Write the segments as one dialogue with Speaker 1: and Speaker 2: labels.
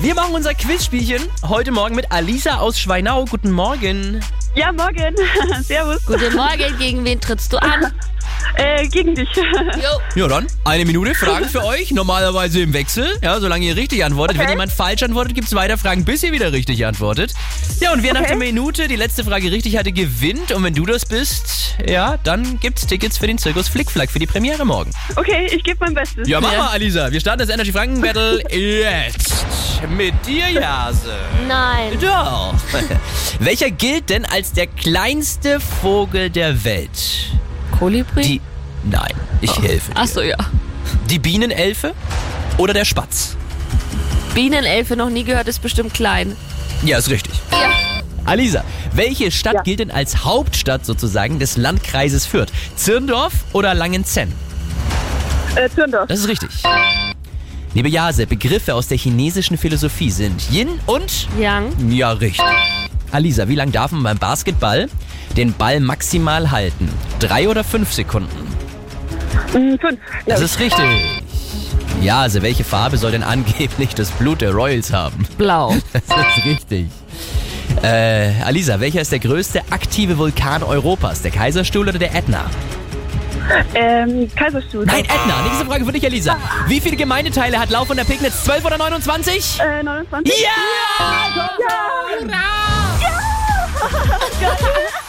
Speaker 1: Wir machen unser Quizspielchen heute Morgen mit Alisa aus Schweinau. Guten Morgen.
Speaker 2: Ja, morgen. Servus.
Speaker 3: Guten Morgen, gegen wen trittst du an?
Speaker 2: Äh, gegen dich.
Speaker 3: Jo.
Speaker 1: Ja, dann eine Minute Fragen für euch. Normalerweise im Wechsel. Ja, solange ihr richtig antwortet. Wenn jemand falsch antwortet, gibt es weiter Fragen, bis ihr wieder richtig antwortet. Ja, und wer nach der Minute die letzte Frage richtig hatte, gewinnt. Und wenn du das bist, ja, dann gibt's Tickets für den Zirkus Flickflack für die Premiere morgen.
Speaker 2: Okay, ich gebe mein Bestes.
Speaker 1: Ja, mach mal, Alisa. Wir starten das Energy Franken Battle jetzt. Mit dir, Jase.
Speaker 3: Nein.
Speaker 1: Doch. Welcher gilt denn als der kleinste Vogel der Welt?
Speaker 3: Kolibri?
Speaker 1: Die. Nein, ich helfe. Dir.
Speaker 3: Achso, ja.
Speaker 1: Die Bienenelfe oder der Spatz?
Speaker 3: Bienenelfe noch nie gehört, ist bestimmt klein.
Speaker 1: Ja, ist richtig.
Speaker 3: Ja.
Speaker 1: Alisa, welche Stadt gilt denn als Hauptstadt sozusagen des Landkreises Fürth? Zirndorf oder Langenzenn?
Speaker 2: Äh, Zürndorf.
Speaker 1: Das ist richtig. Liebe Jase, Begriffe aus der chinesischen Philosophie sind Yin und
Speaker 3: Yang.
Speaker 1: Ja, richtig. Alisa, wie lange darf man beim Basketball den Ball maximal halten? Drei oder fünf Sekunden?
Speaker 2: Mm, fünf.
Speaker 1: Das
Speaker 2: Ja,
Speaker 1: ist richtig. Ja, also welche Farbe soll denn angeblich das Blut der Royals haben?
Speaker 3: Blau.
Speaker 1: Das ist richtig. Äh, Alisa, welcher ist der größte aktive Vulkan Europas? Der Kaiserstuhl oder der Ätna?
Speaker 2: ähm, Kaiserstuhl.
Speaker 1: Nein, Ätna. Nächste Frage für dich, Alisa. Wie viele Gemeindeteile hat Lauf und der Pegnitz? 12 oder 29?
Speaker 2: Äh, 29.
Speaker 1: Ja!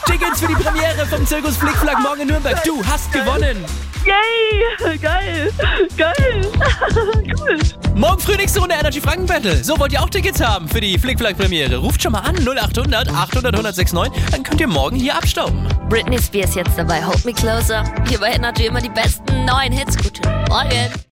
Speaker 1: Tickets für die Premiere vom Zirkus Flickflack morgen in Nürnberg. Du hast gewonnen.
Speaker 2: Yay! Geil! Geil! cool!
Speaker 1: Morgen früh nächste Runde Energy Franken Battle. So wollt ihr auch Tickets haben für die Flickflack Premiere? Ruft schon mal an 0800 800 1069, dann könnt ihr morgen hier abstauben.
Speaker 3: Britney Spears jetzt dabei. Hold me closer. Hier bei Energy immer die besten neuen Hits. Guten Morgen.